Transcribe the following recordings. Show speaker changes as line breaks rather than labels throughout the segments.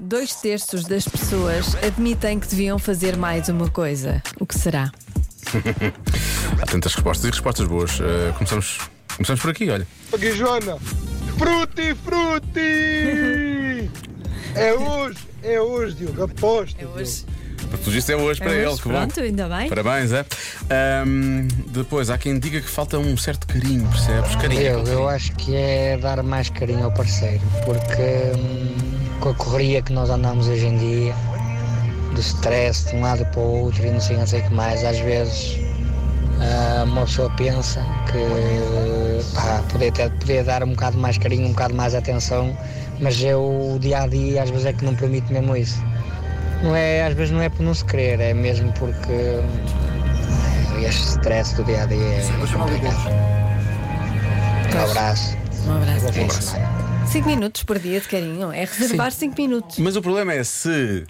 dois terços das pessoas admitem que deviam fazer mais uma coisa. O que será?
Há tantas respostas e respostas boas. Eh, começamos, começamos por aqui, olha.
Guijona, fruti, fruti! É hoje, é hoje, Diogo, aposto. Diogo.
Pelo visto é hoje para
É
ele,
hoje.
que bom.
Pronto, ainda bem.
Parabéns, é? Ahm, depois, há quem diga que falta um certo carinho, percebes? Carinho. aquele
Eu, eu
carinho.
acho que é dar mais carinho ao parceiro, porque hum, com a correria que nós andamos hoje em dia, do stress de um lado para o outro e não sei, não sei o que mais, às vezes ah, uma pessoa pensa que pá, poder, ter- poder dar um bocado mais carinho, um bocado mais atenção, mas eu, o dia a dia às vezes é que não permite mesmo isso. Não é, às vezes não é por não se querer, é mesmo porque hum, este stress do dia a dia é complicado. Um abraço.
Um abraço.
Bom fim de semana.
5 minutos por dia de carinho. É reservar 5 minutos.
Mas o problema é se.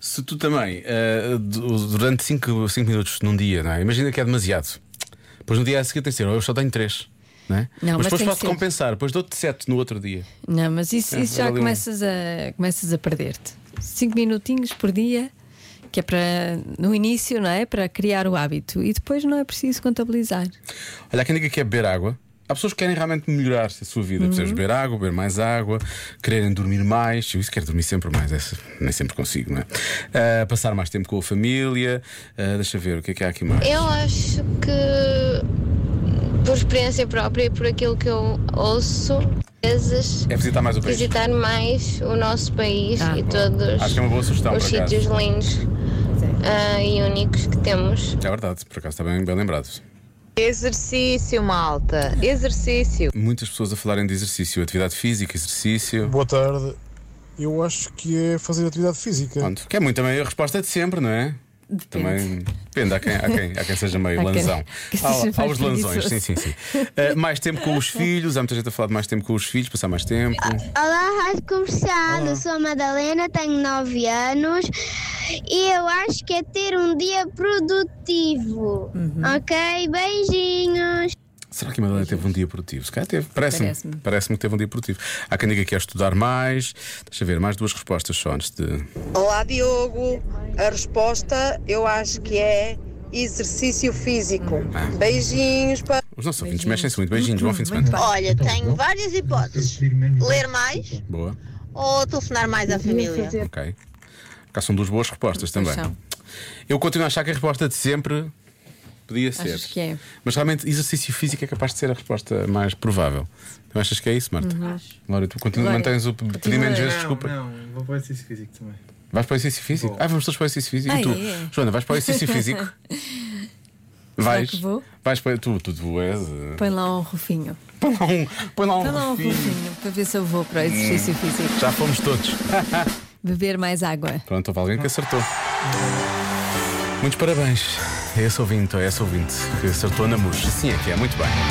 Se tu também, ah, du- durante 5 minutos num dia, não é? imagina que é demasiado, depois no dia a seguir tens de ser, "Oh, eu só tenho 3, não é?
Não, mas
mas depois
tem que
posso
ser.
compensar, depois dou-te 7 no outro dia.
Não, mas isso,
É,
isso já
vale um-
começas a, começas a perder-te. 5 minutinhos por dia, que é para no início, não é? Para criar o hábito. E depois não é preciso contabilizar.
Olha, há quem diga que é beber água. Há pessoas que querem realmente melhorar a sua vida. Precisas beber água, beber mais água, quererem dormir mais. Eu isso quero dormir sempre mais, essa nem sempre consigo, não é? Ah, passar mais tempo com a família. Ah, deixa ver o que é que há aqui mais.
Eu acho que, por experiência própria e por aquilo que eu ouço, às vezes
É visitar mais o país.
visitar mais o nosso país
Ah,
e
bom. é.
todos
Acho que é uma boa sugestão,
os
por acaso.
sítios lindos ah, e únicos que temos.
É verdade, por acaso está bem, bem lembrado.
Exercício, malta. Exercício.
Muitas pessoas a falarem de exercício, atividade física, exercício.
Boa tarde. Eu acho que é fazer atividade física.
Pronto, que é muito também a resposta de sempre, não é? Também depende, há quem, há quem, há quem seja meio
Há quem-
lanzão.
que
Há-
seja
há,
mais
os lanzões, sim,
preguiçoso.
sim, sim. Ah, mais tempo com os filhos, há muita gente a falar de mais tempo com os filhos, passar mais tempo.
Olá, Rádio Comercial. Eu sou a Madalena, tenho 9 anos e eu acho que é ter um dia produtivo.
Uhum.
Ok? Beijinhos.
Será que a Madalena teve um dia produtivo? Se calhar teve. Parece-me
Parece-me.
parece-me que teve um dia produtivo. Há quem diga que é estudar mais. Deixa eu ver, mais duas respostas só antes de.
Olá, Diogo. A resposta eu acho que é exercício físico. Beijinhos para.
Os nossos ouvintes mexem-se muito. Beijinhos, bom fim de semana.
Olha, tenho várias hipóteses. Ler mais
Boa,
ou telefonar mais à família.
ok. Cá são duas boas respostas também.
são.
Eu continuo a achar que a resposta de sempre podia ser.
Achas que é?
Mas realmente, exercício físico é capaz de ser a resposta mais provável. Tu achas que é isso, Marta?
Uhum.
Laura, tu continuas,
Laura,
mantens o pedir menos vezes, desculpa.
Não, vou para o exercício físico também.
Vais para o exercício físico? Ah, vamos todos para o exercício físico.
Ah,
e tu,
é?
Joana, vais para o exercício físico? vais?
que vou?
Vais para. Tu, tu, tu és. eh,
Põe lá um rufinho.
Põe lá um. Põe lá um, Hum.
Põe lá um
refil.
rufinho para ver se eu vou para o exercício físico.
Já fomos todos.
Beber mais água.
Pronto, houve alguém que acertou. Muitos parabéns a esse ouvinte, a esse ouvinte que acertou na murcha. Sim, é que é, muito bem.